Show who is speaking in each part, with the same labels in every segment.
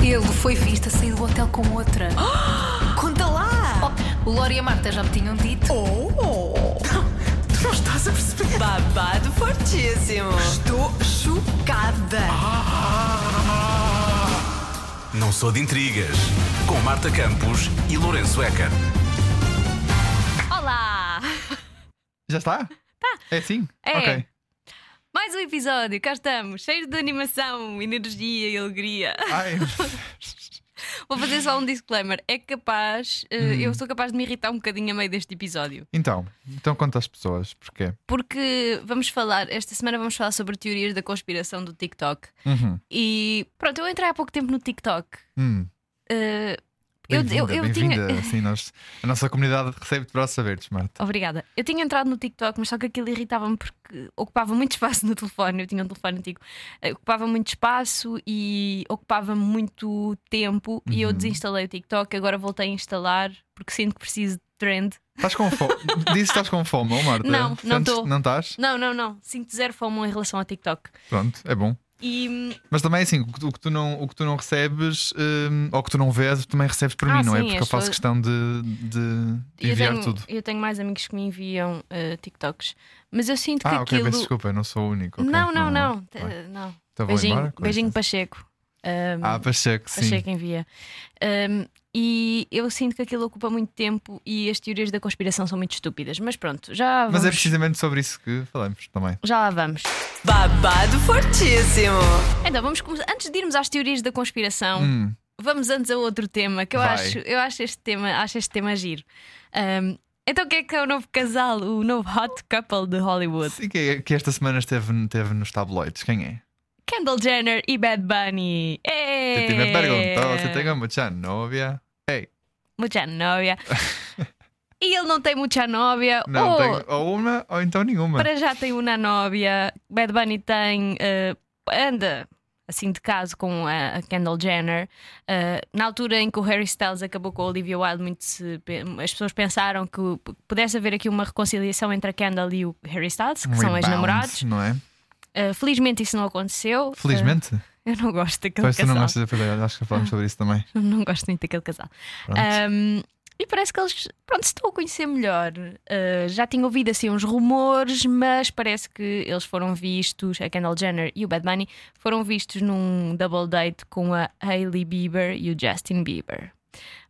Speaker 1: Ele foi visto a sair do hotel com outra.
Speaker 2: Conta Então lá!
Speaker 1: Oh, o Lori e a Marta já me tinham dito.
Speaker 2: Oh!
Speaker 3: Tu não estás a perceber?
Speaker 2: Babado fortíssimo!
Speaker 3: Estou chocada.
Speaker 4: Não sou de intrigas. Com Marta Campos e Lourenço Eker.
Speaker 5: Olá!
Speaker 6: Já está? É assim?
Speaker 5: É.
Speaker 6: Ok.
Speaker 5: Mais um episódio, cá estamos, cheio de animação, energia e alegria.
Speaker 6: Ai,
Speaker 5: Vou fazer só um disclaimer: é capaz, eh,
Speaker 6: Hum.
Speaker 5: eu sou capaz de me irritar um bocadinho a meio deste episódio,
Speaker 6: então, então conta às pessoas, porquê?
Speaker 5: porque vamos falar, esta semana vamos falar sobre teorias da conspiração do TikTok.
Speaker 6: Uhum.
Speaker 5: E pronto, eu entrei há pouco tempo no TikTok.
Speaker 6: Hum,
Speaker 5: Eh, eu,
Speaker 6: bem-vinda,
Speaker 5: eu, eu tinha.
Speaker 6: bem-vinda. Assim, nós, a nossa comunidade recebe-te para saberes, Marta.
Speaker 5: Obrigada. Eu tinha entrado no TikTok, mas só que aquilo irritava-me porque ocupava muito espaço no telefone. Eu tinha um telefone antigo. Eh, Ocupava muito espaço e ocupava muito tempo. E eu
Speaker 6: Uhum.
Speaker 5: desinstalei o TikTok. Agora voltei a instalar porque sinto que preciso de trend.
Speaker 6: Estás com fome? Disse que estás com fome, ou Marta?
Speaker 5: Não, não
Speaker 6: Sentes-
Speaker 5: tô.
Speaker 6: Não estás?
Speaker 5: Não, não, não. Sinto zero fome em relação ao TikTok.
Speaker 6: Pronto, é bom.
Speaker 5: E. hum,
Speaker 6: Mas também assim, o que tu, o que tu não, o que tu não recebes hum, ou que tu não vês, também recebes para
Speaker 5: Ah,
Speaker 6: mim, não é?
Speaker 5: sim,
Speaker 6: Porque
Speaker 5: as
Speaker 6: eu
Speaker 5: pessoas-
Speaker 6: faço questão de, de
Speaker 5: eu,
Speaker 6: enviar
Speaker 5: tenho,
Speaker 6: tudo.
Speaker 5: eu tenho mais amigos que me enviam eh, TikToks. Mas eu sinto que
Speaker 6: Ah, ok,
Speaker 5: aquilo.
Speaker 6: peço desculpa, eu não sou o único. ok,
Speaker 5: não, não, não. Te-
Speaker 6: Bem,
Speaker 5: não.
Speaker 6: Então vou
Speaker 5: Beijinho,
Speaker 6: embora. com
Speaker 5: beijinho
Speaker 6: licença.
Speaker 5: Pacheco. Hum,
Speaker 6: Ah, Pacheco, sim.
Speaker 5: Achei que envia. Um, e eu sinto que aquilo ocupa muito tempo e as teorias da conspiração são muito estúpidas. Mas pronto, já vamos.
Speaker 6: Mas é precisamente sobre isso que falamos também.
Speaker 5: Já lá vamos.
Speaker 2: Babado fortíssimo!
Speaker 5: Então, vamos começar. Antes de irmos às teorias da conspiração,
Speaker 6: Hum.
Speaker 5: vamos antes a outro tema que eu
Speaker 6: Vai.
Speaker 5: acho, eu acho este tema, acho este tema giro. Um, então, o que é que é o novo casal, o novo hot couple de Hollywood?
Speaker 6: Sim, que, é- que esta semana esteve, esteve nos tabloides. Quem é?
Speaker 5: Kendall Jenner e Bad Bunny. É.
Speaker 6: Eu
Speaker 5: Ei!
Speaker 6: te me perguntou se tenho muita novia.
Speaker 5: Mucha novia. e ele não tem muita novia.
Speaker 6: Não,
Speaker 5: ou-
Speaker 6: tenho ou uma ou então nenhuma.
Speaker 5: Para já tem uma nóbia, Bad Bunny tem. eh, anda assim de caso com a, a Kendall Jenner. Eh, na altura em que o Harry Styles acabou com a Olivia Wilde, muito se pe- as pessoas pensaram que p- pudesse haver aqui uma reconciliação entre a Kendall e o Harry Styles, que
Speaker 6: Um
Speaker 5: são
Speaker 6: rebound,
Speaker 5: ex-namorados.
Speaker 6: Não é?
Speaker 5: Eh, felizmente isso não aconteceu.
Speaker 6: Felizmente.
Speaker 5: Eh, eu não gosto daquele
Speaker 6: Pois tu não
Speaker 5: casal.
Speaker 6: gostas de fazer, acho que falamos sobre isso também.
Speaker 5: Não gosto muito daquele casal.
Speaker 6: Pronto.
Speaker 5: Um, e parece que eles, pronto, se estão a conhecer melhor. Uh, já tinha ouvido assim uns rumores, mas parece que eles foram vistos, a Kendall Jenner e o Bad Bunny foram vistos num double date com a Hailey Bieber e o Justin Bieber.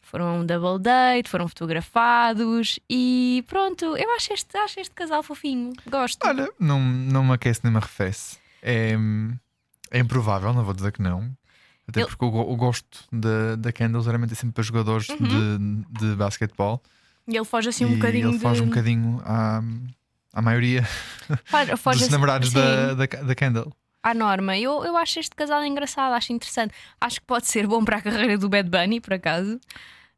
Speaker 5: Foram a um double date, foram fotografados e pronto, eu acho este, acho este casal fofinho, gosto.
Speaker 6: Olha, não, não me aquece nem me arrefece. É, é improvável, não vou dizer que não. Até
Speaker 5: Eu-
Speaker 6: porque o, go- o gosto da, da Kendall geralmente é sempre para jogadores de, de basquetebol.
Speaker 5: E ele foge assim Uhum. um
Speaker 6: e
Speaker 5: bocadinho
Speaker 6: ele foge
Speaker 5: de.
Speaker 6: um bocadinho à, à maioria
Speaker 5: fa- foge
Speaker 6: dos
Speaker 5: assim-
Speaker 6: namorados
Speaker 5: sim.
Speaker 6: da, da, da Kendall.
Speaker 5: à norma. Eu, eu acho este casal engraçado, acho interessante. Acho que pode ser bom para a carreira do Bad Bunny, por acaso.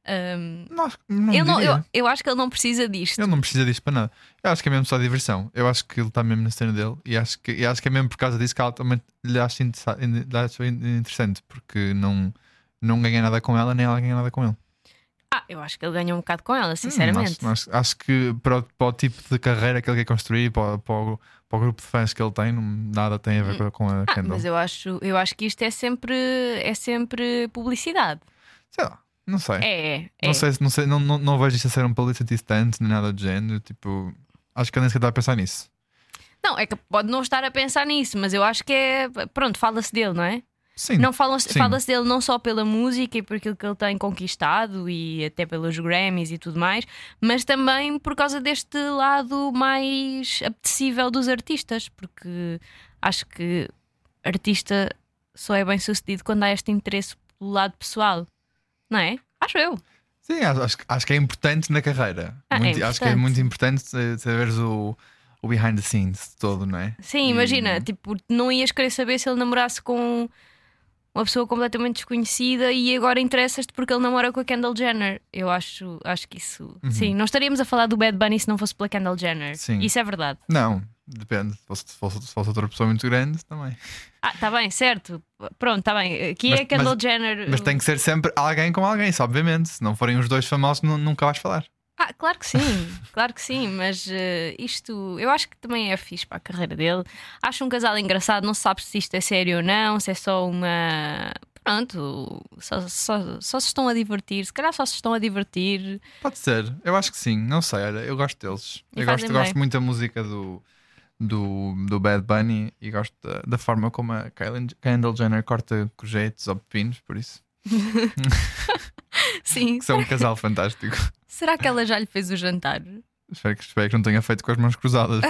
Speaker 5: Ahm,
Speaker 6: Não, acho que- não
Speaker 5: ele não,
Speaker 6: diria.
Speaker 5: eu, eu acho que ele não precisa disto.
Speaker 6: Ele não precisa disto para nada. Eu acho que é mesmo só diversão. Eu acho que ele está mesmo na cena dele e acho que, e acho que é mesmo por causa disso que ela também lhe acha interessa- lhe acha interessante porque não, não ganha nada com ela, nem ela ganha nada com ele.
Speaker 5: Ah, eu acho que ele ganha um bocado com ela, sinceramente.
Speaker 6: Hum, acho, acho- acho que para o, para o tipo de carreira que ele quer construir, para, o- para o, para o grupo de fãs que ele tem, não- nada tem a ver com a- com a
Speaker 5: Ah,
Speaker 6: Kendall.
Speaker 5: mas eu acho, eu acho que isto é sempre, é sempre publicidade.
Speaker 6: Sei lá, não sei.
Speaker 5: É, é.
Speaker 6: Não sei, se- não, sei não, não, não vejo isto a ser um publicity stunt nem nada do género. Tipo, acho que ele nem sequer está a pensar nisso.
Speaker 5: Não, é que pode não estar a pensar nisso, mas eu acho que é. Pronto, fala-se dele, não é?
Speaker 6: Sim,
Speaker 5: Não falam-
Speaker 6: Sim.
Speaker 5: fala-se dele não só pela música e por aquilo que ele tem conquistado e até pelos Grammys e tudo mais, mas também por causa deste lado mais apetecível dos artistas, porque acho que artista só é bem sucedido quando há este interesse pelo lado pessoal, não é? Acho eu.
Speaker 6: Sim, acho, acho que- acho que é importante na carreira.
Speaker 5: Ah, é
Speaker 6: Muito- Acho que é
Speaker 5: importante.
Speaker 6: muito importante eh, saberes o, o behind the scenes de todo, não é?
Speaker 5: Sim,
Speaker 6: E-
Speaker 5: imagina, tipo, não ias querer saber se ele namorasse com uma pessoa completamente desconhecida e agora interessas-te porque ele namora com a Kendall Jenner. Eu acho, acho que isso. Sim, não estaríamos a falar do Bad Bunny se não fosse pela Kendall Jenner.
Speaker 6: Uhum. Sim.
Speaker 5: Isso é verdade.
Speaker 6: Não, depende. Se fosse, se fosse- se fosse outra pessoa muito grande, também.
Speaker 5: Ah, tá bem, certo. Pronto, tá bem. Aqui
Speaker 6: Mas-
Speaker 5: é a Kendall
Speaker 6: mas-
Speaker 5: Jenner.
Speaker 6: Mas tem que ser sempre alguém com alguém, isso, obviamente. Se não forem os dois famosos, nu- nunca vais falar.
Speaker 5: Ah, claro que sim, claro que sim, mas eh, isto eu acho que também é fixe para a carreira dele. Acho um casal engraçado, não se sabe se isto é sério ou não, se é só uma. Pronto, só, só, só se estão a divertir, se calhar só se estão a divertir.
Speaker 6: Pode ser, eu acho que sim, não sei, olha, eu gosto deles.
Speaker 5: E
Speaker 6: eu gosto,
Speaker 5: fazem
Speaker 6: gosto
Speaker 5: bem.
Speaker 6: muito da música do, do, do Bad Bunny e gosto da, da forma como a Kylie- Kendall Jenner corta cojetes ou pepinos, por isso.
Speaker 5: Sim.
Speaker 6: Que são um casal fantástico.
Speaker 5: Será que ela já lhe fez o jantar?
Speaker 6: Espero que, espero que não tenha feito com as mãos cruzadas.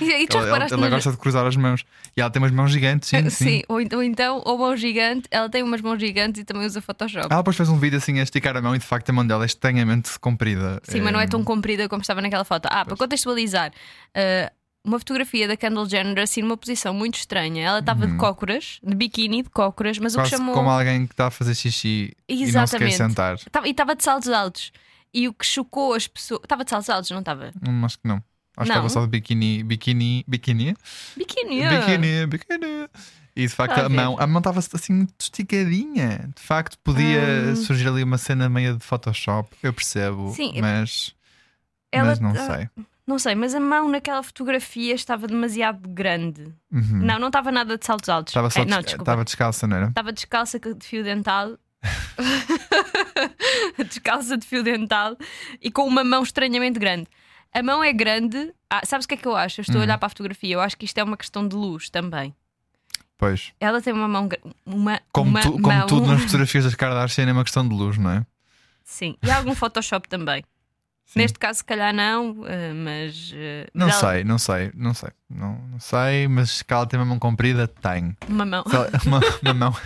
Speaker 5: E, e tu já
Speaker 6: Ela, ela,
Speaker 5: reparaste
Speaker 6: ela
Speaker 5: no-
Speaker 6: gosta de cruzar as mãos. E ela tem umas mãos gigantes, sim.
Speaker 5: Sim,
Speaker 6: sim.
Speaker 5: ou então, ou então, ou mão gigante, ela tem umas mãos gigantes e também usa Photoshop.
Speaker 6: Ela depois fez um vídeo assim a esticar a mão e de facto a mão dela é estranhamente comprida. Eh,
Speaker 5: Sim, mas não é tão
Speaker 6: Hum.
Speaker 5: comprida como estava naquela foto. Ah, para contextualizar, ah, uma fotografia da Kendall Jenner assim numa posição muito estranha. Ela estava de cócoras, de biquíni, de cócoras, mas o
Speaker 6: Uhum. Quase
Speaker 5: que chamou.
Speaker 6: como alguém que está a fazer xixi e não se quer
Speaker 5: Exatamente.
Speaker 6: sentar.
Speaker 5: Tava- e estava de saltos altos. E o que chocou as pessoas. Estava de saltos altos, não estava?
Speaker 6: Hum, acho que não. Acho que
Speaker 5: Não.
Speaker 6: estava só de biquíni. Biquíni. Biquíni?
Speaker 5: Biquíni. ah.
Speaker 6: Biquíni. Biquíni. E de facto
Speaker 5: Está a
Speaker 6: a
Speaker 5: ver.
Speaker 6: mão, a mão estava assim muito esticadinha. De facto podia surgir ali uma cena meio de Photoshop. Eu percebo.
Speaker 5: Ah. Sim,
Speaker 6: mas,
Speaker 5: Ela-
Speaker 6: mas não
Speaker 5: ah,
Speaker 6: sei.
Speaker 5: Não sei, mas a mão naquela fotografia estava demasiado grande.
Speaker 6: Uhum.
Speaker 5: Não, não estava nada de saltos altos.
Speaker 6: Estava só
Speaker 5: Eh, não,
Speaker 6: desca-
Speaker 5: desculpa.
Speaker 6: estava descalça, não era?
Speaker 5: Estava descalça de fio dental. descalça de fio dental e com uma mão estranhamente grande. A mão é grande. Ah, sabes o que é que eu acho? Eu
Speaker 6: Hum.
Speaker 5: estou a olhar para a fotografia. Eu acho que isto é uma questão de luz também.
Speaker 6: Pois.
Speaker 5: Ela tem uma mão. gra- Uma,
Speaker 6: Como,
Speaker 5: uma
Speaker 6: tu- como
Speaker 5: mão-
Speaker 6: tudo nas fotografias das Kardashian é uma questão de luz, não é?
Speaker 5: Sim. E algum Photoshop também.
Speaker 6: Sim.
Speaker 5: Neste caso, se calhar não, eh, mas. eh,
Speaker 6: Não
Speaker 5: ela-
Speaker 6: sei, não sei, não sei. Não, não sei, mas que ela tem uma mão comprida, tem.
Speaker 5: Uma mão.
Speaker 6: Se ela- Uma, uma mão.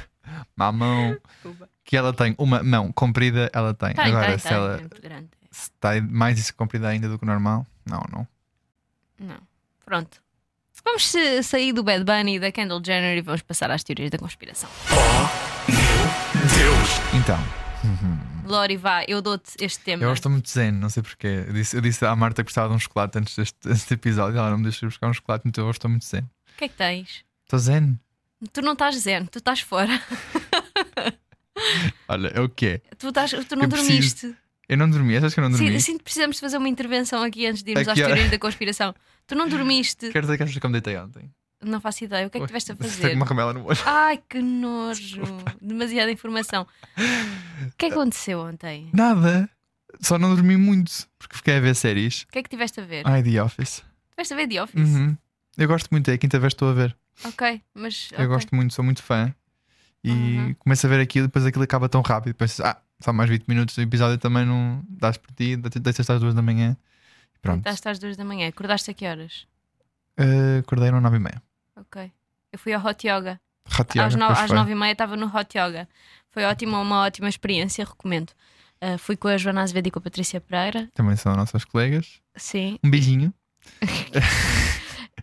Speaker 6: Uma mão.
Speaker 5: Desculpa.
Speaker 6: Que ela tem uma mão comprida, ela tem.
Speaker 5: Tem,
Speaker 6: Agora,
Speaker 5: tem,
Speaker 6: se
Speaker 5: tem,
Speaker 6: ela
Speaker 5: é muito grande.
Speaker 6: se está mais isso comprida ainda do que o normal, não, não.
Speaker 5: Não. Pronto. Vamos sa- sair do Bad Bunny e da Kendall Jenner e vamos passar às teorias da conspiração.
Speaker 4: Deus,
Speaker 6: Então,
Speaker 5: Lori, vá, eu dou-te este tema.
Speaker 6: eu estou muito zen, não sei porquê. Eu disse, eu disse à Marta que gostava de um chocolate antes deste, deste episódio, ela não me deixou ir buscar um chocolate, então eu estou muito zen.
Speaker 5: O que é que tens?
Speaker 6: Estou zen.
Speaker 5: Tu não estás zen, tu estás fora.
Speaker 6: Olha, é o que é?
Speaker 5: Tu, estás, tu não
Speaker 6: Eu
Speaker 5: dormiste.
Speaker 6: Eu não dormi, achas que eu não dormi?
Speaker 5: Sim, sinto que precisamos de fazer uma intervenção aqui antes de irmos
Speaker 6: A
Speaker 5: às
Speaker 6: que hora?
Speaker 5: teorias da conspiração. Tu não dormiste.
Speaker 6: Quero dizer que achas que eu me deitei ontem.
Speaker 5: Não faço ideia. O que é que tiveste a
Speaker 6: Tenho
Speaker 5: fazer?
Speaker 6: uma ramela no olho.
Speaker 5: Ai, que nojo. Demasiada informação. O que é que aconteceu ontem?
Speaker 6: Nada. Só não dormi muito, porque fiquei a ver séries.
Speaker 5: O que é que tiveste a ver?
Speaker 6: Ai, The Office.
Speaker 5: Tiveste a ver The Office?
Speaker 6: Ah. Uhum. Eu gosto muito, é a quinta vez que estou a ver.
Speaker 5: Ok, mas. ok. Uhum.
Speaker 6: Eu gosto muito, sou muito fã. E começo a ver aquilo e depois aquilo acaba tão rápido. Depois, ah, só mais 20 minutos do episódio também não dás por ti, de- deixas-te às duas da manhã. Pronto.
Speaker 5: Deitaste às duas da manhã. Acordaste a que horas?
Speaker 6: Eh, acordei às 9 e meia.
Speaker 5: Ok. Eu fui ao Hot Yoga.
Speaker 6: Ratear,
Speaker 5: às, no,
Speaker 6: depois
Speaker 5: às
Speaker 6: foi.
Speaker 5: nove e meia estava no Hot Yoga. Foi ótimo, uma ótima experiência, recomendo. Ah, fui com a Joana Azevedo e com a Patrícia Pereira.
Speaker 6: Também são nossas colegas.
Speaker 5: Sim.
Speaker 6: Um beijinho.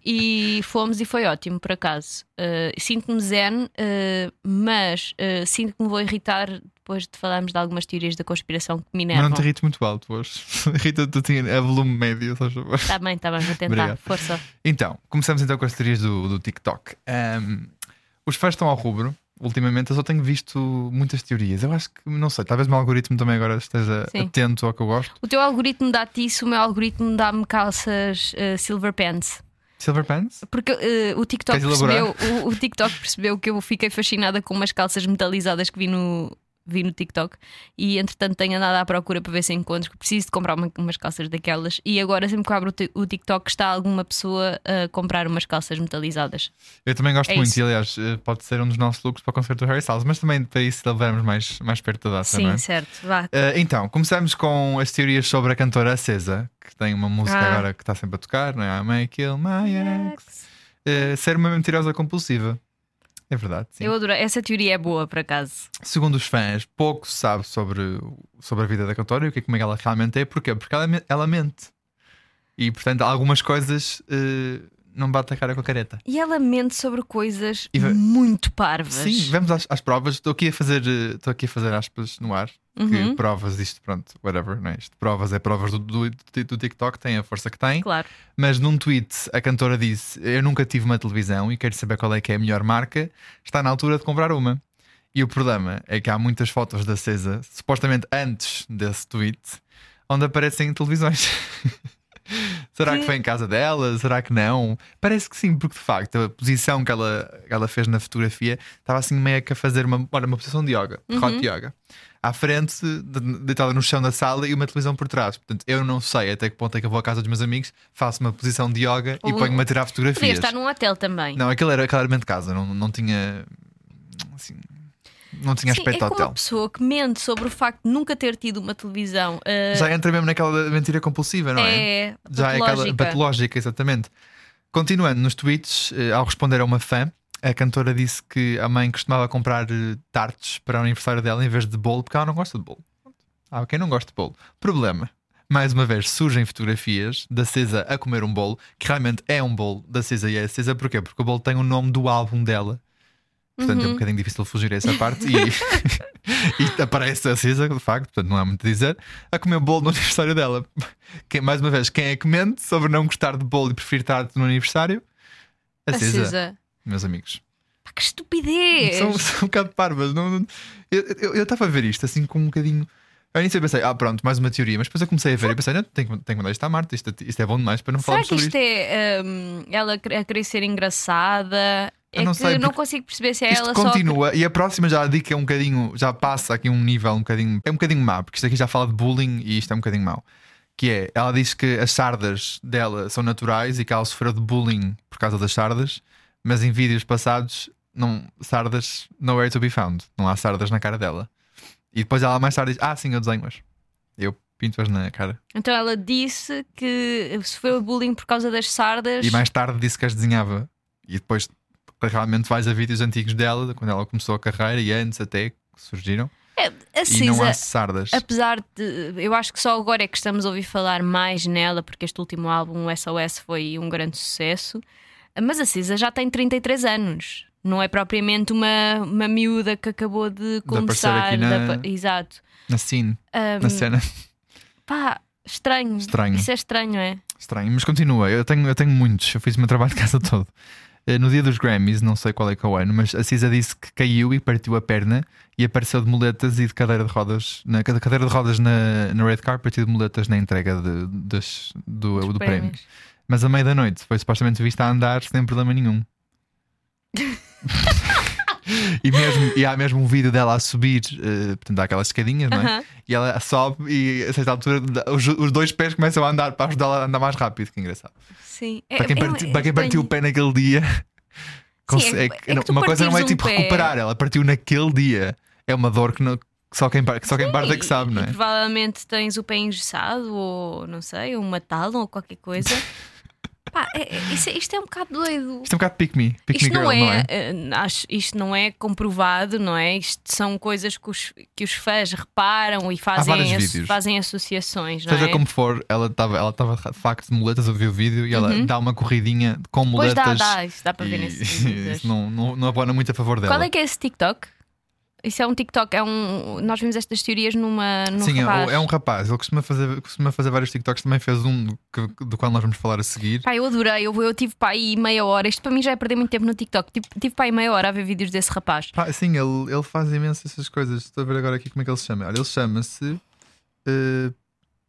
Speaker 5: E fomos e foi ótimo, por acaso. Ah, sinto-me zen, ah, mas ah, sinto que me vou irritar depois de falarmos de algumas teorias da conspiração que me
Speaker 6: Mas
Speaker 5: enervam.
Speaker 6: não te rites muito alto hoje. Rita-te assim, a volume médio, só favor.
Speaker 5: Tá bem, tá bem, vou tentar.
Speaker 6: Obrigado.
Speaker 5: Força.
Speaker 6: Então, começamos então com as teorias do, do TikTok. Ahm, os fãs estão ao rubro. Ultimamente eu só tenho visto muitas teorias. Eu acho que, não sei, talvez o meu algoritmo também agora esteja
Speaker 5: Sim.
Speaker 6: atento ao que eu gosto.
Speaker 5: O teu algoritmo dá-te isso, o meu algoritmo dá-me calças ah, silver pants.
Speaker 6: Silver Pants?
Speaker 5: Porque eh, o, TikTok
Speaker 6: Queres elaborar?
Speaker 5: percebeu, o, o TikTok percebeu que eu fiquei fascinada com umas calças metalizadas que vi no, vi no TikTok e entretanto tenho andado à procura para ver se encontro que preciso de comprar uma- umas calças daquelas e agora sempre que eu abro o, ti- o TikTok está alguma pessoa a comprar umas calças metalizadas.
Speaker 6: Eu também gosto
Speaker 5: É
Speaker 6: muito,
Speaker 5: isso.
Speaker 6: e aliás, eh, pode ser um dos nossos looks para o concerto do Harry Styles, mas também para isso levarmos mais, mais perto da data,
Speaker 5: Sim,
Speaker 6: não é?
Speaker 5: certo, vá.
Speaker 6: Eh, então, começamos com as teorias sobre a cantora Acesa, que tem uma música
Speaker 5: Ah.
Speaker 6: agora que está sempre a tocar, não é? I may kill my ex. Eh, ser uma mentirosa compulsiva. É verdade, sim.
Speaker 5: Eu adorei, essa teoria é boa por acaso.
Speaker 6: segundo os fãs, pouco se sabe sobre, o- sobre a vida da cantora e o que, como é que ela realmente é. Porquê? Porque ela, me- ela mente. E, portanto, algumas coisas eh, não bate a cara com a careta.
Speaker 5: E ela mente sobre coisas
Speaker 6: E va-
Speaker 5: muito parvas.
Speaker 6: Sim, vamos às, às provas. Estou aqui, a fazer, eh, estou aqui a fazer aspas no ar. Que
Speaker 5: Uhum.
Speaker 6: provas, isto, pronto, whatever. Não é? Isto provas é provas do, do, do TikTok, tem a força que tem.
Speaker 5: Claro.
Speaker 6: Mas num tweet a cantora disse: Eu nunca tive uma televisão e quero saber qual é que é a melhor marca. Está na altura de comprar uma. E o problema é que há muitas fotos da Cesa, supostamente antes desse tweet, onde aparecem televisões. Será que foi em casa dela? Será que não? Parece que sim, porque de facto a posição que ela, que ela fez na fotografia estava assim meio que a fazer uma, olha, uma posição de yoga, de hot yoga. À frente, de- deitada no chão da sala e uma televisão por trás. Portanto, eu não sei até que ponto é que eu vou à casa dos meus amigos, faço uma posição de yoga e
Speaker 5: Ou-
Speaker 6: ponho-me a tirar
Speaker 5: Podia
Speaker 6: fotografias.
Speaker 5: estar num hotel também.
Speaker 6: Não, aquilo era claramente casa, não, não tinha. assim, não tinha
Speaker 5: Sim,
Speaker 6: aspecto
Speaker 5: é
Speaker 6: de
Speaker 5: como
Speaker 6: hotel.
Speaker 5: uma pessoa que mente sobre o facto de nunca ter tido uma televisão. uh,
Speaker 6: Já entra mesmo naquela mentira compulsiva, não é?
Speaker 5: é
Speaker 6: Já é aquela
Speaker 5: patológica.
Speaker 6: patológica, exatamente. Continuando nos tweets, eh, ao responder a uma fã, a cantora disse que a mãe costumava comprar eh, tartes para o aniversário dela em vez de bolo, porque ela não gosta de bolo. Pronto. Há quem não gosta de bolo. Problema. Mais uma vez surgem fotografias da Cesa a comer um bolo, que realmente é um bolo da Cesa e é a Cesa porquê? Porque o bolo tem o nome do álbum dela. Portanto, é um bocadinho difícil fugir a essa parte e, e aparece a Cisa, de facto, portanto não há muito a dizer, a comer bolo no aniversário dela. Quem- mais uma vez, quem é que mente sobre não gostar de bolo e preferir estar no aniversário? A
Speaker 5: A
Speaker 6: Cisa,
Speaker 5: Cisa.
Speaker 6: meus amigos.
Speaker 5: Pá, que estupidez!
Speaker 6: São, são um bocado parvas. Não, não- eu- eu eu estava a ver isto assim com um bocadinho. Eu início eu pensei, ah, pronto, mais uma teoria, mas depois eu comecei a ver e pensei, não, tenho, que- tenho que mandar isto à Marta, isto, isto é bom demais para não
Speaker 5: Será
Speaker 6: falarmos
Speaker 5: que
Speaker 6: sobre isto.
Speaker 5: isto é hum, ela quer- a querer ser engraçada?
Speaker 6: Eu
Speaker 5: É
Speaker 6: não
Speaker 5: que
Speaker 6: sei,
Speaker 5: não
Speaker 6: porque
Speaker 5: consigo perceber se é
Speaker 6: Isto
Speaker 5: ela só.
Speaker 6: continua e a próxima já a dica é um bocadinho, já passa aqui um nível um bocadinho, é um bocadinho má, porque isto aqui já fala de bullying e isto é um bocadinho mau. Que é, ela diz que as sardas dela são naturais e que ela sofreu de bullying por causa das sardas, mas em vídeos passados, não, sardas nowhere to be found, não há sardas na cara dela. E depois ela mais tarde diz: Ah, sim, eu desenho-as. Eu pinto-as na cara.
Speaker 5: Então ela disse que sofreu bullying por causa das sardas.
Speaker 6: E mais tarde disse que as desenhava. E depois realmente vais a vídeos antigos dela, quando ela começou a carreira e antes até que surgiram.
Speaker 5: É, a
Speaker 6: E não
Speaker 5: Cisa,
Speaker 6: há sardas.
Speaker 5: apesar de. Eu acho que só agora é que estamos a ouvir falar mais nela, porque este último álbum, o SOS, foi um grande sucesso. Mas a Cisa já tem 33 anos. Não é propriamente uma, uma miúda que acabou de
Speaker 6: aparecer
Speaker 5: começar.
Speaker 6: aqui na-
Speaker 5: de apa- Exato.
Speaker 6: Na scene, assim na cena.
Speaker 5: Pá, estranho.
Speaker 6: Estranho.
Speaker 5: Isso é estranho, é?
Speaker 6: Estranho. Mas continua, eu tenho, eu tenho muitos. Eu fiz o meu trabalho de casa todo. Eh, No dia dos Grammys, não sei qual é que é o ano, mas a Cisa disse que caiu e partiu a perna e apareceu de muletas e de cadeira de rodas, na ca- cadeira de rodas na, na red carpet e de muletas na entrega de- das- do, do prémio.
Speaker 5: prémios.
Speaker 6: Mas à meia da noite foi supostamente vista a andar sem problema nenhum. e, mesmo, e há mesmo um vídeo dela a subir, eh, portanto, há aquelas escadinhas, não é?
Speaker 5: Aham.
Speaker 6: E ela sobe e a certa altura os, os dois pés começam a andar para ajudá-la a andar mais rápido. Que engraçado.
Speaker 5: Sim.
Speaker 6: para quem, parti- para quem partiu o pé naquele dia, conse-
Speaker 5: é que-
Speaker 6: é que-
Speaker 5: é que
Speaker 6: não,
Speaker 5: tu
Speaker 6: uma coisa não é
Speaker 5: partires um
Speaker 6: tipo
Speaker 5: pé.
Speaker 6: recuperar, ela partiu naquele dia. É uma dor que, não- que só quem, par- que só quem parte é que sabe, não é?
Speaker 5: provavelmente tens o pé engessado ou não sei, ou uma tala ou qualquer coisa. Pá, é- é- isso é- isto é um bocado doido.
Speaker 6: Isto é um bocado pick me, pick
Speaker 5: Isto
Speaker 6: me girl,
Speaker 5: não, é,
Speaker 6: não é?
Speaker 5: eh, acho- isto não é comprovado, não é? Isto são coisas que os, que os fãs reparam e
Speaker 6: vários
Speaker 5: fazem, asso-
Speaker 6: vídeos.
Speaker 5: fazem associações, não
Speaker 6: Seja
Speaker 5: é?
Speaker 6: como for, ela estava ela tava, de facto de muletas, eu vi o vídeo e ela dá uma corridinha com
Speaker 5: Uhum. Pois
Speaker 6: muletas.
Speaker 5: dá, dá, isto dá para ver
Speaker 6: e,
Speaker 5: nesses vídeos.
Speaker 6: isso não, não, não abona muito a favor dela.
Speaker 5: Qual é que é esse TikTok? Isso é um TikTok, é um. Nós vimos estas teorias numa. Num
Speaker 6: Sim, é-
Speaker 5: rapaz.
Speaker 6: é um rapaz, ele costuma fazer, costuma fazer vários TikToks, também fez um do, que- do qual nós vamos falar a seguir.
Speaker 5: Pá, eu adorei, eu, eu tive pá aí meia hora. Isto para mim já é perder muito tempo no TikTok. Tive, tive pá aí meia hora a ver vídeos desse rapaz.
Speaker 6: Pá, sim, ele, ele faz imenso essas coisas. Estou a ver agora aqui como é que ele se chama. Olha, ele chama-se eh,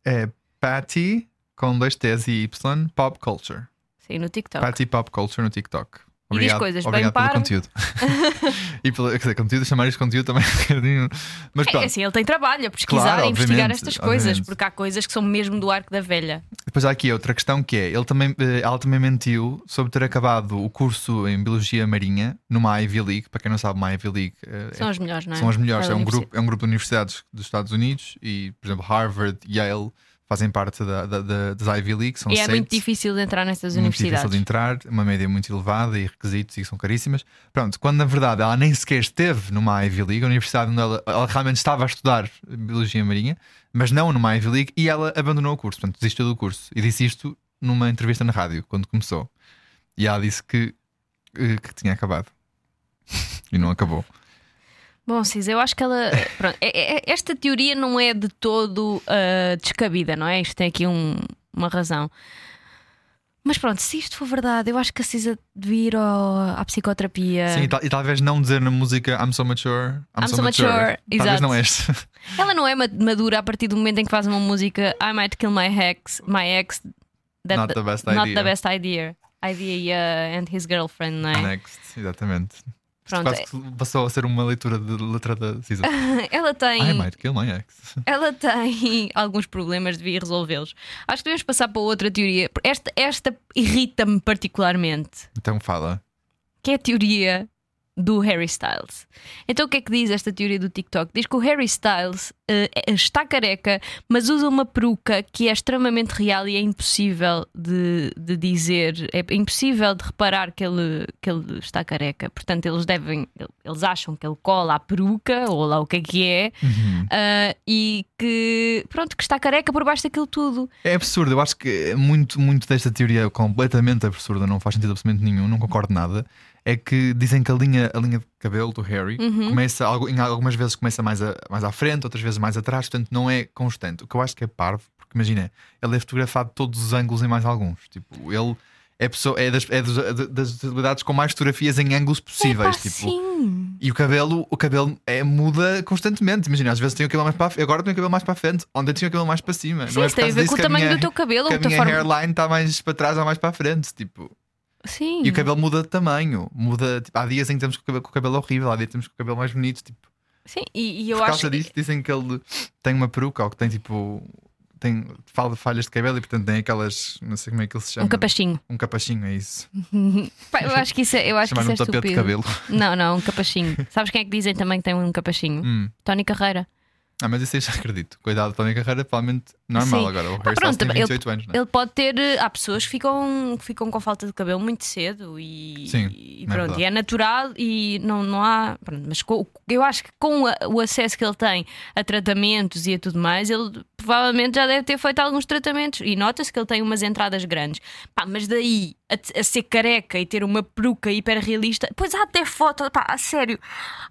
Speaker 6: é Patty com dois T's e Y Pop Culture.
Speaker 5: Sim, no TikTok.
Speaker 6: Patty Pop Culture no TikTok.
Speaker 5: E diz coisas bem
Speaker 6: obrigado pelo
Speaker 5: parvo.
Speaker 6: conteúdo. e pelo, quer dizer, conteúdo, chamar isto de conteúdo também é um bocadinho. Mas
Speaker 5: É
Speaker 6: pronto,
Speaker 5: assim, ele tem trabalho a pesquisar,
Speaker 6: Claro,
Speaker 5: a investigar
Speaker 6: obviamente,
Speaker 5: estas coisas,
Speaker 6: obviamente.
Speaker 5: porque há coisas que são mesmo do arco da velha.
Speaker 6: depois há aqui outra questão que é: ele também, eh, ela também mentiu sobre ter acabado o curso em Biologia Marinha numa Ivy League. Para quem não sabe, uma Ivy League eh,
Speaker 5: São as melhores, não é?
Speaker 6: são as melhores.
Speaker 5: Para
Speaker 6: É
Speaker 5: a
Speaker 6: um,
Speaker 5: universidade.
Speaker 6: grupo, é um grupo de universidades dos Estados Unidos e, por exemplo, Harvard, Yale fazem parte da, da- da- das Ivy League. São
Speaker 5: E é
Speaker 6: seis.
Speaker 5: muito difícil de entrar nestas
Speaker 6: muito
Speaker 5: universidades.
Speaker 6: difícil de entrar, uma média muito elevada e requisitos e que são caríssimas. Pronto, quando na verdade ela nem sequer esteve numa Ivy League, a universidade onde ela, ela realmente estava a estudar Biologia Marinha, mas não numa Ivy League, e ela abandonou o curso, portanto, desistiu do curso. E disse isto numa entrevista na rádio, quando começou. E ela disse que, eh, que tinha acabado. e não acabou.
Speaker 5: Bom, Cis, eu acho que ela. Pronto, é- é- esta teoria não é de todo ah, descabida, não é? Isto tem aqui um- uma razão. Mas pronto, se isto for verdade, eu acho que a Cisa devia ir ao- à psicoterapia.
Speaker 6: Sim, e, tal- e talvez não dizer na música I'm so mature, I'm,
Speaker 5: É. I'm so mature,
Speaker 6: Talvez
Speaker 5: exato.
Speaker 6: não este.
Speaker 5: Ela não é ma- madura a partir do momento em que faz uma música I might kill my ex, my ex That-
Speaker 6: Not the best
Speaker 5: not
Speaker 6: idea.
Speaker 5: the best idea. Idea uh, and his girlfriend, não é?
Speaker 6: Next, exatamente. Isto
Speaker 5: Pronto, é.
Speaker 6: Quase que passou a ser uma leitura de letra da Cisa.
Speaker 5: ela tem.
Speaker 6: I might kill my ex.
Speaker 5: Ela tem alguns problemas, devia resolvê-los. Acho que devemos passar para outra teoria. Esta, esta irrita-me particularmente,
Speaker 6: Então fala.
Speaker 5: que é a teoria do Harry Styles. Então o que é que diz esta teoria do TikTok? Diz que o Harry Styles eh, está careca, mas usa uma peruca que é extremamente real e é impossível de, de dizer, é impossível de reparar que ele, que ele está careca. Portanto, eles devem, eles acham que ele cola a peruca ou lá o que é que é.
Speaker 6: Uhum.
Speaker 5: Ah, e que pronto, que está careca por baixo daquilo tudo.
Speaker 6: É absurdo, eu acho que é muito, muito desta teoria é completamente absurda, não faz sentido absolutamente nenhum, não concordo nada. É que dizem que a linha, a linha de cabelo do Harry começa algo- em algumas vezes começa mais, a- mais à frente, outras vezes mais atrás, portanto não é constante. O que eu acho que é parvo, porque imagina, ele é fotografado de todos os ângulos e mais alguns. Tipo, ele é, pessoa, é, das, é dos- é de- das celebridades com mais fotografias em ângulos possíveis.
Speaker 5: Epá,
Speaker 6: tipo,
Speaker 5: sim.
Speaker 6: e o cabelo, o cabelo é, muda constantemente. Imagina, às vezes tenho o cabelo mais para a frente, agora tenho o cabelo mais para a frente, ontem tinha o cabelo mais para cima.
Speaker 5: Sim,
Speaker 6: não é
Speaker 5: isso
Speaker 6: por
Speaker 5: tem a
Speaker 6: causa
Speaker 5: ver
Speaker 6: disso
Speaker 5: com o
Speaker 6: que a
Speaker 5: tamanho
Speaker 6: minha-
Speaker 5: do teu cabelo,
Speaker 6: que
Speaker 5: ou
Speaker 6: a
Speaker 5: da
Speaker 6: minha
Speaker 5: forma.
Speaker 6: hairline está mais para trás ou mais para a frente, tipo.
Speaker 5: Sim.
Speaker 6: E o cabelo muda de tamanho, muda, tipo, há dias em que temos com o cabelo, com o cabelo horrível, há dias que temos com o cabelo mais bonito, tipo.
Speaker 5: Sim, e, e eu
Speaker 6: por
Speaker 5: acho um
Speaker 6: causa disso dizem que ele tem uma peruca ou que tem tipo tem fal- falhas de cabelo e portanto tem aquelas, não sei como é que ele se chama.
Speaker 5: um capachinho.
Speaker 6: Um capachinho, é isso.
Speaker 5: Pá, Eu acho que isso é, eu acho que
Speaker 6: Chamar
Speaker 5: isso é
Speaker 6: um tapete
Speaker 5: estúpido.
Speaker 6: de cabelo.
Speaker 5: Não, não, um capachinho. Sabes quem é que dizem também que tem um capachinho?
Speaker 6: Hum.
Speaker 5: Tony Carreira.
Speaker 6: Ah, mas isso aí já acredito. Cuidado, Tony Carreira, provavelmente normal
Speaker 5: Sim.
Speaker 6: agora. O
Speaker 5: Pá,
Speaker 6: Harry Styles
Speaker 5: pronto,
Speaker 6: tem
Speaker 5: ele-
Speaker 6: 28 anos, né?
Speaker 5: Ele pode ter. eh, Há pessoas que ficam, que ficam com falta de cabelo muito cedo e,
Speaker 6: Sim,
Speaker 5: e
Speaker 6: é
Speaker 5: pronto.
Speaker 6: verdade.
Speaker 5: e é natural e não, não há. pronto, mas co- eu acho que com a- o acesso que ele tem a tratamentos e a tudo mais, ele provavelmente já deve ter feito alguns tratamentos. E nota-se que ele tem umas entradas grandes. Pá, mas daí a, a ser careca e ter uma peruca hiperrealista. Pois há até foto, pá, a sério.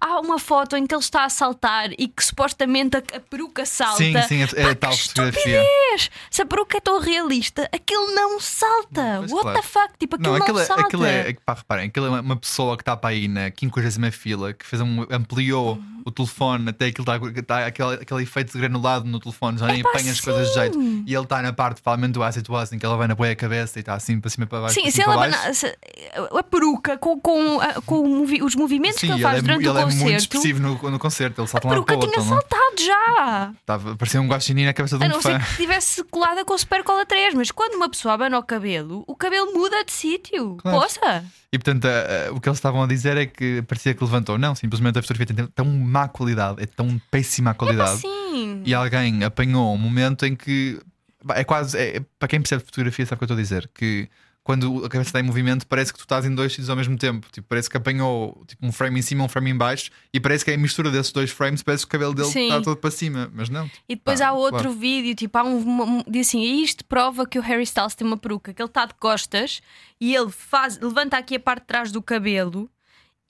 Speaker 5: Há uma foto em que ele está a saltar e que supostamente a, a peruca salta.
Speaker 6: Sim, sim, é- é
Speaker 5: Pá,
Speaker 6: tal
Speaker 5: que
Speaker 6: fotografia.
Speaker 5: estupidez! Se a peruca é tão realista, aquilo não salta.
Speaker 6: Pois
Speaker 5: What
Speaker 6: claro.
Speaker 5: the fuck? Tipo, aquilo não,
Speaker 6: aquilo, é-
Speaker 5: salta.
Speaker 6: aquilo é, é que, pá, reparem, aquilo é uma- uma pessoa que está para aí na 50 fila que fez um, ampliou
Speaker 5: Uhum.
Speaker 6: o telefone até aquilo está, está aquele, aquele efeito granulado no telefone, já nem
Speaker 5: Epá,
Speaker 6: apanha as coisas de jeito. E ele está na parte provavelmente do acid was em que ela vai na boia a cabeça e está assim para cima e para baixo.
Speaker 5: Sim,
Speaker 6: para
Speaker 5: se
Speaker 6: cima e
Speaker 5: ela
Speaker 6: para baixo.
Speaker 5: abana- se- a peruca com, com, a- com o movi- os movimentos
Speaker 6: Sim,
Speaker 5: que ele
Speaker 6: ele,
Speaker 5: faz
Speaker 6: é, mu-
Speaker 5: durante
Speaker 6: ele
Speaker 5: o
Speaker 6: é muito
Speaker 5: concerto,
Speaker 6: expressivo no, no concerto. Ele
Speaker 5: a
Speaker 6: salta de um lado para
Speaker 5: peruca
Speaker 6: o
Speaker 5: tinha
Speaker 6: outro. não é?
Speaker 5: saltado já.
Speaker 6: Estava- Parecia um guaxinim na cabeça de
Speaker 5: A
Speaker 6: um
Speaker 5: não
Speaker 6: fã.
Speaker 5: ser que estivesse colada com o Super Cola 3, mas quando uma pessoa abana o cabelo, o cabelo muda de sítio.
Speaker 6: Claro.
Speaker 5: Poça!
Speaker 6: E portanto, a- a- o que eles estavam a dizer é que parecia que levantou. Não, simplesmente a fotografia tem tão má qualidade, é tão péssima a qualidade.
Speaker 5: assim, Sim.
Speaker 6: E alguém apanhou um momento em que pá, é quase é- é- para quem percebe fotografia, sabe o que eu estou a dizer? Que quando a cabeça está em movimento, parece que tu estás em dois sítios ao mesmo tempo. Tipo, parece que apanhou tipo, um frame em cima, um frame em baixo, e parece que é a mistura desses dois frames. Parece que o cabelo dele
Speaker 5: Sim.
Speaker 6: está todo para cima, mas não. tipo,
Speaker 5: E depois
Speaker 6: pá,
Speaker 5: há outro
Speaker 6: claro.
Speaker 5: vídeo, tipo, há um, uma- diz assim: isto prova que o Harry Styles tem uma peruca, que ele está de costas e ele faz, levanta aqui a parte de trás do cabelo.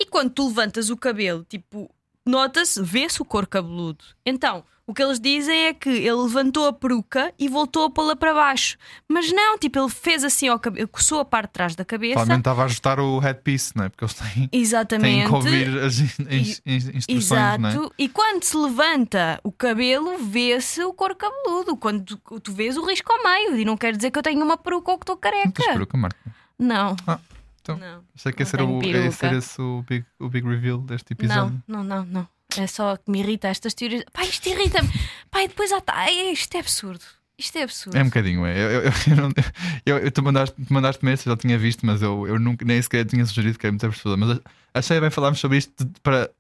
Speaker 5: E quando tu levantas o cabelo, tipo, nota-se, vê-se o couro cabeludo. Então, o que eles dizem é que ele levantou a peruca e voltou a pô-la para baixo. Mas não, tipo, ele fez assim ao cabelo, coçou a parte de trás da cabeça.
Speaker 6: Provavelmente estava a ajustar o headpiece, não é? Porque eles têm, têm
Speaker 5: Exatamente.
Speaker 6: que ouvir as in- in- in- instruções,
Speaker 5: Exato.
Speaker 6: não é?
Speaker 5: E quando se levanta o cabelo, vê-se o couro cabeludo. Quando tu, tu vês o risco ao meio. E não quer dizer que eu tenho uma peruca ou que estou
Speaker 6: Nunca se
Speaker 5: careca.
Speaker 6: peruca, Marco.
Speaker 5: Não.
Speaker 6: Ah, então.
Speaker 5: Não.
Speaker 6: Achei que
Speaker 5: Não
Speaker 6: esse era,
Speaker 5: tenho
Speaker 6: o,
Speaker 5: peruca.
Speaker 6: esse era esse o, big, o big reveal deste episódio.
Speaker 5: não, não, não, não. É só que me irrita estas teorias. Pá, isto irrita-me. Pá, e depois há. tá- Ai, Isto é absurdo. Isto é absurdo.
Speaker 6: É um bocadinho, é. Eu, eu, eu, não- eu- eu- tu mandaste-me mandaste esse, eu já tinha visto, mas eu, eu nunca, nem sequer tinha sugerido que era muito absurdo. Mas achei bem falarmos sobre isto de- para,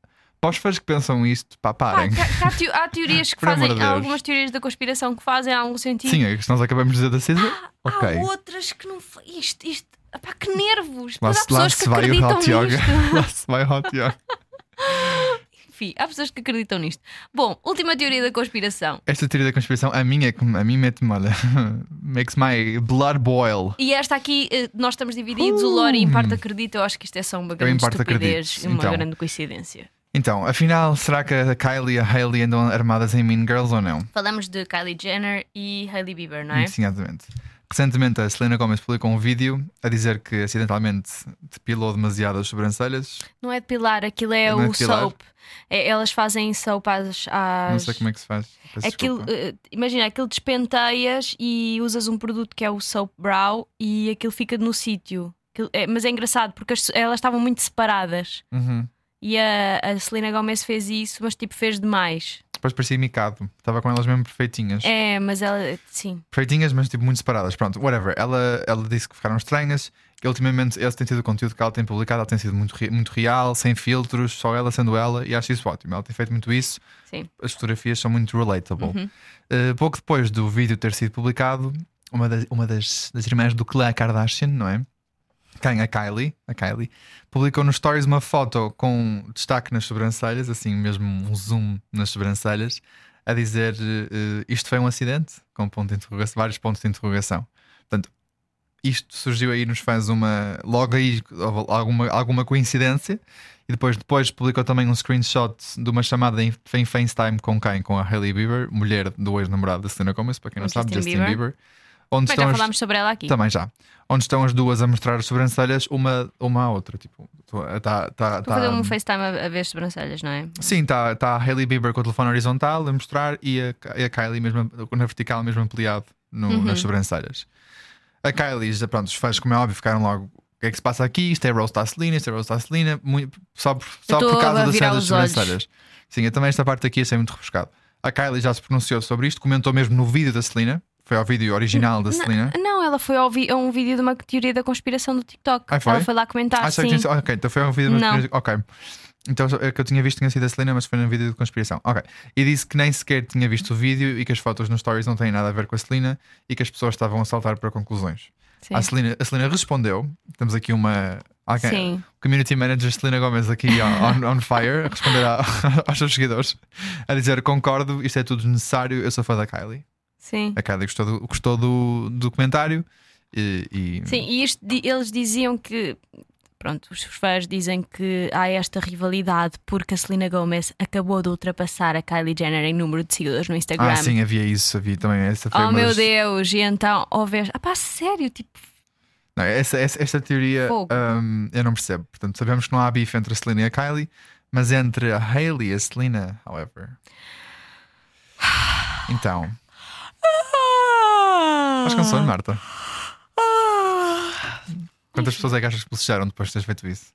Speaker 6: para os fãs que pensam isto, pá,
Speaker 5: Pá,
Speaker 6: parem.
Speaker 5: que há- que há, teo- há teorias que
Speaker 6: Por amor
Speaker 5: fazem.
Speaker 6: de
Speaker 5: há
Speaker 6: Deus.
Speaker 5: algumas teorias da conspiração que fazem algum sentido.
Speaker 6: Sim, é que nós acabamos de dizer da Cisa. ok.
Speaker 5: Ah, Há outras que não. fa- Isto, isto. Pá, que nervos!
Speaker 6: Lá,
Speaker 5: Depois há
Speaker 6: se- lá
Speaker 5: pessoas
Speaker 6: se
Speaker 5: que
Speaker 6: vai o
Speaker 5: acreditam
Speaker 6: hot yoga.
Speaker 5: nisto.
Speaker 6: Lá se vai o hot yoga.
Speaker 5: Enfim, há pessoas que acreditam nisto. Bom, última teoria da conspiração.
Speaker 6: Esta teoria da conspiração, a minha, é que- a mim mete-me, olha, makes my blood boil.
Speaker 5: E esta aqui, eh, nós estamos divididos. O Lori, em parte, acredita. Eu acho que isto é só uma grande
Speaker 6: Uh! parte
Speaker 5: estupidez
Speaker 6: acredito.
Speaker 5: e uma
Speaker 6: Então.
Speaker 5: grande coincidência.
Speaker 6: Então, afinal, será que a Kylie e a Hailey andam armadas em Mean Girls ou não?
Speaker 5: Falamos de Kylie Jenner e Hailey Bieber, não é?
Speaker 6: Sim, exatamente. Recentemente a Selena Gomez publicou um vídeo a dizer que acidentalmente depilou demasiado as sobrancelhas.
Speaker 5: Não é depilar, aquilo é
Speaker 6: Não é
Speaker 5: o
Speaker 6: depilar?
Speaker 5: soap. É- elas fazem soap às. às-
Speaker 6: Não sei como é que se faz. Peço
Speaker 5: Aquilo,
Speaker 6: desculpa.
Speaker 5: eh, imagina, aquilo despenteias e usas um produto que é o Soap Brow e aquilo fica no sítio. Aquilo- é- mas é engraçado porque as- elas estavam muito separadas
Speaker 6: Uhum.
Speaker 5: e a, a Selena Gomez fez isso, mas tipo fez demais.
Speaker 6: Depois parecia micado. Estava com elas mesmo perfeitinhas.
Speaker 5: É, mas ela, sim.
Speaker 6: Perfeitinhas, mas tipo muito separadas. Pronto, whatever. Ela, ela disse que ficaram estranhas. E ultimamente esse tem sido o conteúdo que ela tem publicado. Ela tem sido muito, re- muito real, sem filtros, só ela sendo ela. E acho isso ótimo. Ela tem feito muito isso.
Speaker 5: Sim.
Speaker 6: As fotografias são muito relatable.
Speaker 5: Uhum.
Speaker 6: Uh, pouco depois do vídeo ter sido publicado, uma das, uma das, das irmãs do clã Kardashian, não é? Quem? A Kylie, a Kylie publicou nos stories uma foto com destaque nas sobrancelhas, assim mesmo um zoom nas sobrancelhas, a dizer eh, isto foi um acidente, com ponto de interrogação, vários pontos de interrogação. Portanto, isto surgiu aí nos fãs uma. Logo aí houve alguma, alguma coincidência. E depois, depois publicou também um screenshot de uma chamada em, em FaceTime com quem? Com a Hailey Bieber, mulher do ex-namorado da Selena Gomez, para quem não
Speaker 5: Com
Speaker 6: sabe,
Speaker 5: Justin
Speaker 6: Justin Bieber.
Speaker 5: Bieber.
Speaker 6: Onde
Speaker 5: Mas
Speaker 6: estão
Speaker 5: já
Speaker 6: as-
Speaker 5: falámos sobre ela aqui.
Speaker 6: Então também já. Onde estão as duas a mostrar as sobrancelhas, uma, uma à outra. Tipo, tá, tá,
Speaker 5: Vou
Speaker 6: tá,
Speaker 5: fazer um FaceTime a, a ver as sobrancelhas, não é?
Speaker 6: Sim, está tá a Hailey Bieber com o telefone horizontal a mostrar e a, e a Kylie mesmo, na vertical mesmo ampliado no-
Speaker 5: Uhum.
Speaker 6: nas sobrancelhas. A Kylie, já, pronto, os fãs, como é óbvio, ficaram logo. O que é que se passa aqui? Isto é roast à Celina, isto é roast à Celina, muito- só por, só
Speaker 5: Eu
Speaker 6: por
Speaker 5: tô
Speaker 6: causa
Speaker 5: a
Speaker 6: das
Speaker 5: virar
Speaker 6: cenas das
Speaker 5: os olhos.
Speaker 6: sobrancelhas. Sim, eu também esta parte aqui achei muito refrescado. A Kylie já se pronunciou sobre isto, comentou mesmo no vídeo da Celina, foi ao vídeo original da Celina.
Speaker 5: Não, ela foi ao vi- a um vídeo de uma teoria da conspiração do TikTok.
Speaker 6: Ah, foi?
Speaker 5: Ela foi lá comentar
Speaker 6: Ah,
Speaker 5: sim.
Speaker 6: que tinha- Ok, então foi um vídeo.
Speaker 5: Não.
Speaker 6: de- Ok. Então é que eu tinha visto tinha sido a Selena, mas foi num vídeo de conspiração. Ok. E disse que nem sequer tinha visto o vídeo e que as fotos nos stories não têm nada a ver com a Selena e que as pessoas estavam a saltar para conclusões.
Speaker 5: Sim.
Speaker 6: A Selena, a Selena respondeu. Temos aqui uma. alguém-
Speaker 5: Sim.
Speaker 6: Community Manager Selena Gomes aqui on, on fire a responder a- aos seus seguidores a dizer concordo, isto é tudo necessário, eu sou fã da Kylie.
Speaker 5: Sim.
Speaker 6: A Kylie gostou do, gostou do, do comentário e, e-
Speaker 5: Sim, e isto di- eles diziam que. Pronto, os fãs dizem que há esta rivalidade porque a Selena Gomez acabou de ultrapassar a Kylie Jenner em número de seguidores no Instagram.
Speaker 6: Ah, sim, havia isso, havia também. Essa foi
Speaker 5: Oh
Speaker 6: uma
Speaker 5: meu
Speaker 6: das-
Speaker 5: Deus! E então houve. este- Ah, pá, sério, tipo,
Speaker 6: Não, essa, essa- esta teoria
Speaker 5: Fogo.
Speaker 6: hum, eu não percebo. Portanto, sabemos que não há bife entre a Selena e a Kylie, mas entre a Hailey e a Selena, however. Então. Faz canções, Marta. Quantas pessoas é que achas que bocejaram depois de teres feito isso?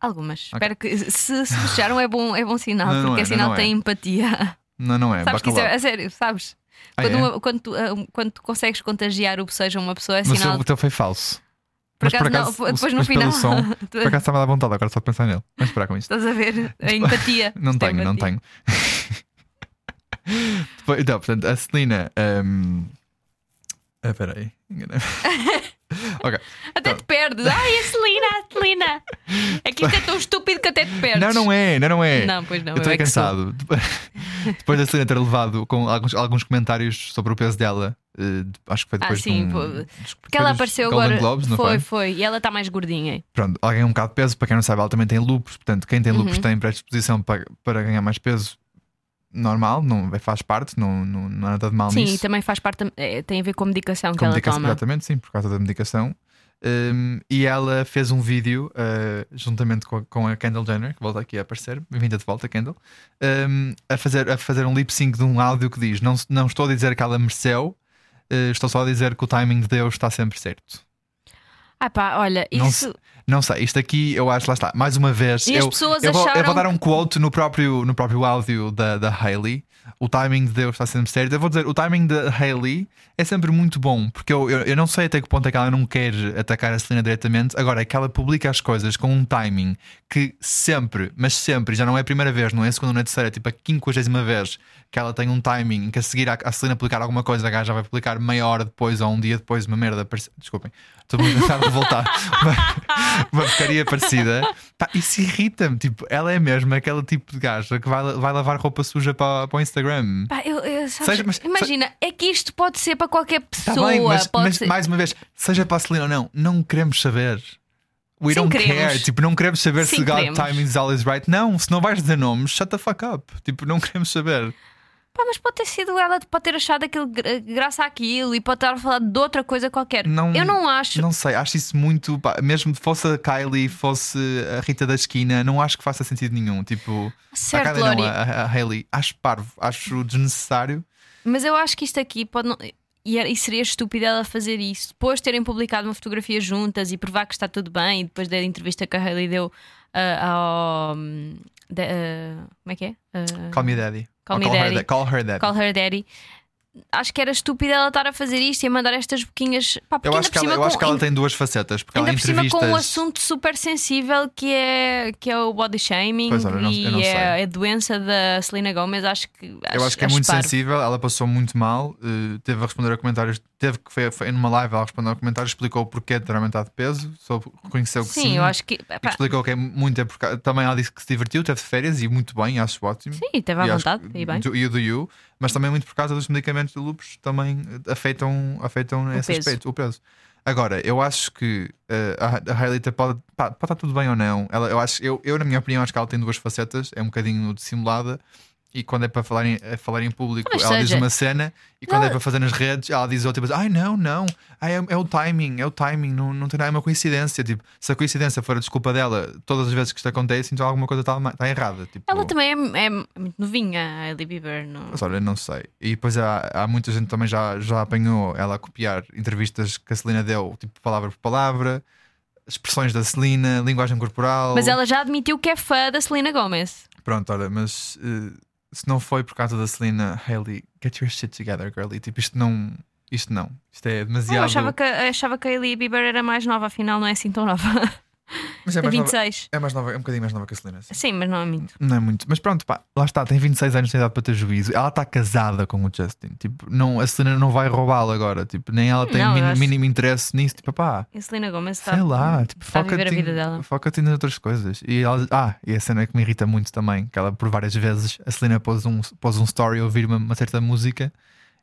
Speaker 5: algumas. Espero que se, se fecharam é bom, é bom sinal,
Speaker 6: Não, não
Speaker 5: porque
Speaker 6: é,
Speaker 5: é sinal
Speaker 6: não
Speaker 5: que
Speaker 6: é.
Speaker 5: tem empatia.
Speaker 6: Não, não é?
Speaker 5: sabes que isso é
Speaker 6: bacalhau.
Speaker 5: a sério, sabes?
Speaker 6: Ah,
Speaker 5: quando,
Speaker 6: é?
Speaker 5: uma- quando, tu, ah, um- quando tu consegues contagiar o seja uma pessoa, é
Speaker 6: Mas
Speaker 5: sinal.
Speaker 6: o- o teu foi falso.
Speaker 5: Por
Speaker 6: mas por
Speaker 5: acaso,
Speaker 6: acaso,
Speaker 5: não,
Speaker 6: o-
Speaker 5: depois no
Speaker 6: mas pelo
Speaker 5: final.
Speaker 6: som,
Speaker 5: tu-
Speaker 6: Por acaso estava a dar vontade agora só de pensar nele. Vamos parar com isto.
Speaker 5: Estás a ver? A empatia.
Speaker 6: Não
Speaker 5: Isto é
Speaker 6: tenho, não
Speaker 5: empatia.
Speaker 6: tenho. Depois- então, portanto, a Celina. Um... Ah, peraí, enganei-me. ok.
Speaker 5: Até te perdes. Ai, a Celina, a Celina. Aquilo que é tão estúpido que até te perdes.
Speaker 6: Não, não é, não, não é.
Speaker 5: Não, pois não.
Speaker 6: Eu estou
Speaker 5: é que sou.
Speaker 6: cansado. Depois da Celina ter levado com alguns, alguns comentários sobre o peso dela, eh, de- acho que foi
Speaker 5: Ah,
Speaker 6: depois de
Speaker 5: sim,
Speaker 6: um-
Speaker 5: pô.
Speaker 6: dos-
Speaker 5: Porque
Speaker 6: foi
Speaker 5: ela
Speaker 6: dos
Speaker 5: apareceu
Speaker 6: Golden
Speaker 5: agora.
Speaker 6: Globes, não foi?
Speaker 5: foi, E ela está mais gordinha.
Speaker 6: Pronto, ela ganha um bocado de peso, para quem não sabe, ela também tem lupus, portanto, quem
Speaker 5: Uhum.
Speaker 6: tem lupus tem predisposição para, para ganhar mais peso normal, não, é, faz parte, não, não, não há nada de mal
Speaker 5: Sim,
Speaker 6: nisso.
Speaker 5: e também faz parte. é, tem a ver com a medicação que
Speaker 6: Com
Speaker 5: ela
Speaker 6: medicação,
Speaker 5: toma.
Speaker 6: exatamente, sim, por causa da medicação. Um, e ela fez um vídeo uh, juntamente com a, com a Kendall Jenner, que volta aqui a aparecer, bem-vinda de volta, Kendall, um, a, fazer, a fazer um lip sync de um áudio que diz: Não, não estou a dizer que ela mereceu, uh, estou só a dizer que o timing de Deus está sempre certo.
Speaker 5: Ah, pá, olha,
Speaker 6: Não
Speaker 5: isso.
Speaker 6: Não sei, isto aqui eu acho, lá está, mais uma vez.
Speaker 5: E as
Speaker 6: eu,
Speaker 5: pessoas
Speaker 6: eu, vou, eu vou
Speaker 5: acharam
Speaker 6: dar um quote no próprio, no próprio áudio da, da Hailey. O timing de Deus está sempre certo. Eu vou dizer, o timing da Hailey é sempre muito bom, porque eu, eu, eu não sei até que ponto é que ela não quer atacar a Celina diretamente. Agora, é que ela publica as coisas com um timing que sempre, mas sempre, já não é a primeira vez, não é a segunda, não é a terceira, é tipo a quinquagésima vez que ela tem um timing em que a seguir a, a Celina publicar alguma coisa, a gaja vai publicar meia hora depois ou um dia depois, uma merda. parece- Desculpem, estou muito cansado de voltar. uma porcaria parecida. Pá, isso irrita-me. Tipo, ela é mesmo aquele tipo de gaja que vai, vai lavar roupa suja para, para o Instagram.
Speaker 5: Pá, eu, eu- sabes,
Speaker 6: Seja- mas-
Speaker 5: imagina, é que isto pode ser para qualquer
Speaker 6: Está
Speaker 5: pessoa.
Speaker 6: Tá bem, mas,
Speaker 5: pode
Speaker 6: mas
Speaker 5: ser-
Speaker 6: mais uma vez, seja para a Celina ou não, não queremos saber. We
Speaker 5: Sim,
Speaker 6: don't
Speaker 5: queremos.
Speaker 6: care. Tipo, não queremos saber
Speaker 5: Sim,
Speaker 6: se God
Speaker 5: queremos.
Speaker 6: timing is always right. Não, se não vais dizer nomes, shut the fuck up. Tipo, não queremos saber.
Speaker 5: Pá, mas pode ter sido ela, pode ter achado aquilo gra- graça àquilo e pode estar a falar de outra coisa qualquer.
Speaker 6: Não- é-
Speaker 5: eu não acho.
Speaker 6: Não sei, acho isso muito. pá, mesmo que fosse a Kylie, fosse a Rita da Esquina, não acho que faça sentido nenhum. Tipo,
Speaker 5: Certo,
Speaker 6: a Kylie
Speaker 5: Lori.
Speaker 6: não, a, a Hailey. Acho parvo, acho desnecessário.
Speaker 5: Mas eu acho que isto aqui pode não. E, era- e seria estúpido ela fazer isso. Depois de terem publicado uma fotografia juntas e provar que está tudo bem, e depois da entrevista que a Hailey deu ah, ao. hum, da- ah, como é que é? Ah,
Speaker 6: Call me daddy.
Speaker 5: Call
Speaker 6: Ou
Speaker 5: me
Speaker 6: her
Speaker 5: daddy.
Speaker 6: da- call her daddy.
Speaker 5: Call Her Daddy. Acho que era estúpido ela estar a fazer isto e a mandar estas boquinhas. Pá, porque
Speaker 6: eu
Speaker 5: ainda
Speaker 6: acho,
Speaker 5: por
Speaker 6: que ela,
Speaker 5: cima
Speaker 6: eu acho que
Speaker 5: com,
Speaker 6: ela tem duas facetas. Porque
Speaker 5: ainda
Speaker 6: ela
Speaker 5: por cima com um
Speaker 6: entrevistas-
Speaker 5: assunto super sensível que é, que é o body shaming
Speaker 6: Pois olha, eu não- eu não
Speaker 5: e é
Speaker 6: sei.
Speaker 5: a doença da Selena Gomez. Acho que.
Speaker 6: Eu acho que é muito
Speaker 5: parvo.
Speaker 6: sensível, ela passou muito mal, eh, teve a responder a comentários, teve que foi, foi numa live, ela respondeu a comentários, explicou o porquê de ter aumentado de peso, soube, reconheceu que sim.
Speaker 5: Sim, eu acho que.
Speaker 6: e que
Speaker 5: pá,
Speaker 6: explicou que é muito é porque também ela disse que se divertiu, teve férias e muito bem, acho ótimo.
Speaker 5: sim, teve à
Speaker 6: E acho
Speaker 5: vontade.
Speaker 6: que
Speaker 5: E bem.
Speaker 6: do- E o do You, mas também muito por causa dos medicamentos de lupus também eh, afetam, afetam esse
Speaker 5: peso.
Speaker 6: aspecto, o peso. Agora, eu acho que eh, a, a Hailey até pode, pá, pode estar tudo bem ou não. Ela, eu, acho, eu, eu, na minha opinião, acho que ela tem duas facetas, é um bocadinho dissimulada. E quando é para falar em, a falar em público,
Speaker 5: Talvez
Speaker 6: ela diz
Speaker 5: seja.
Speaker 6: uma cena, e quando é
Speaker 5: Ela-
Speaker 6: para fazer nas redes, ela diz outra coisa: ai não, não, ai, é, é o timing, é o timing, não, não tem nada, é uma coincidência. Tipo, se a coincidência for a desculpa dela todas as vezes que isto acontece, então alguma coisa está ma- está errada. Tipo,
Speaker 5: Ela também é, é muito novinha, a Hailey Bieber. Não...
Speaker 6: mas olha, não sei. E depois há, há muita gente também já, já apanhou ela a copiar entrevistas que a Celina deu, tipo palavra por palavra, expressões da Celina, linguagem corporal.
Speaker 5: Mas ela já admitiu que é fã da Selena Gomez. Ah,
Speaker 6: Pronto, olha, mas eh, se não foi por causa da Celina, Hailey, get your shit together, girlie. Tipo, isto não. Isto não. Isto é
Speaker 5: Ah, eu
Speaker 6: demasiado.
Speaker 5: achava que, achava que a Hailey Bieber era mais nova, afinal não é assim tão nova.
Speaker 6: Mas é
Speaker 5: Tem
Speaker 6: mais, nova,
Speaker 5: 26.
Speaker 6: é mais nova, é um bocadinho mais nova que a Celina. sim.
Speaker 5: Sim, mas não é muito.
Speaker 6: Não é muito. Mas pronto, pá, lá está, tem 26 anos de idade para ter juízo. Ela está casada com o Justin. Tipo, não, a Celina não vai roubá-la agora. Tipo, nem ela tem
Speaker 5: Não, eu
Speaker 6: mini-
Speaker 5: acho-
Speaker 6: mínimo interesse nisso. Tipo, pá.
Speaker 5: A Selena Gomez está.
Speaker 6: Sei lá, tipo,
Speaker 5: está a viver
Speaker 6: foca-te
Speaker 5: a
Speaker 6: em-
Speaker 5: vida dela.
Speaker 6: foca-te em outras coisas. E ela- ah, e a cena que me irrita muito também, que ela por várias vezes a Celina pôs um, pôs um story a ouvir uma, uma certa música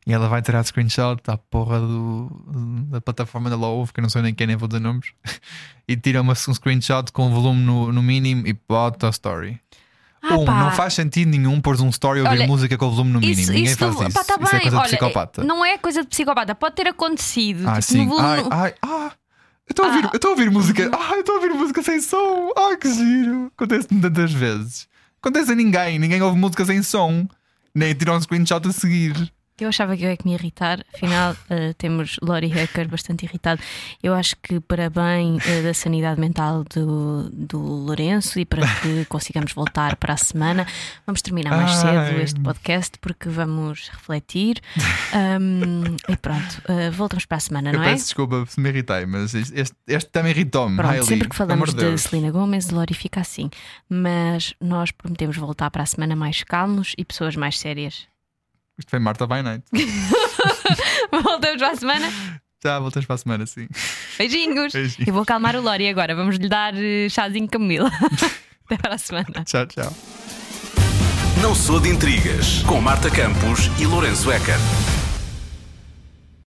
Speaker 6: e ela vai tirar screenshot da porra do, da plataforma da Love, que eu não sei nem quem, nem vou dizer nomes, e tira uma, um screenshot com o volume no, no mínimo e bota o story.
Speaker 5: Ah,
Speaker 6: um,
Speaker 5: pá.
Speaker 6: não faz sentido nenhum pôr um story a ouvir
Speaker 5: Olha,
Speaker 6: música com o volume no mínimo.
Speaker 5: Isso,
Speaker 6: Ninguém
Speaker 5: isso,
Speaker 6: faz
Speaker 5: não-
Speaker 6: isso.
Speaker 5: pá, tá
Speaker 6: isso é
Speaker 5: bem.
Speaker 6: coisa de
Speaker 5: Olha,
Speaker 6: psicopata.
Speaker 5: Não é coisa de psicopata, pode ter acontecido.
Speaker 6: Ah,
Speaker 5: tipo,
Speaker 6: sim.
Speaker 5: no-
Speaker 6: Ai,
Speaker 5: no-
Speaker 6: ai, ah. Eu estou a ouvir, eu estou a ouvir música. Ah, eu estou a ouvir música sem som. Ah, que giro. Acontece-me tantas vezes. Acontece a ninguém. Ninguém ouve música sem som. Nem tira um screenshot a seguir.
Speaker 5: Eu achava que eu é que me ia irritar, afinal eh, temos Lori Hacker bastante irritado. Eu acho que para bem eh, da sanidade mental do, do Lourenço e para que consigamos voltar para a semana, vamos terminar mais
Speaker 6: Ai.
Speaker 5: cedo este podcast porque vamos refletir. Ahm, e pronto, eh, voltamos para a semana,
Speaker 6: eu
Speaker 5: não é?
Speaker 6: peço desculpa se me irritei, mas este, este- este também irritou-me.
Speaker 5: Pronto,
Speaker 6: Hailey,
Speaker 5: sempre que falamos
Speaker 6: amor
Speaker 5: de
Speaker 6: Deus.
Speaker 5: Celina Gomes, Lori fica assim. Mas nós prometemos voltar para a semana mais calmos e pessoas mais sérias.
Speaker 6: Isto foi Marta by Night.
Speaker 5: Voltamos para a semana.
Speaker 6: Já voltamos para a semana, sim.
Speaker 5: Beijinhos.
Speaker 6: Beijinhos.
Speaker 5: Eu vou calmar o Lori agora. Vamos lhe dar eh, chazinho de camomila. Até para a semana.
Speaker 6: Tchau, tchau.
Speaker 4: Não sou de intrigas com Marta Campos e Lourenço Eker.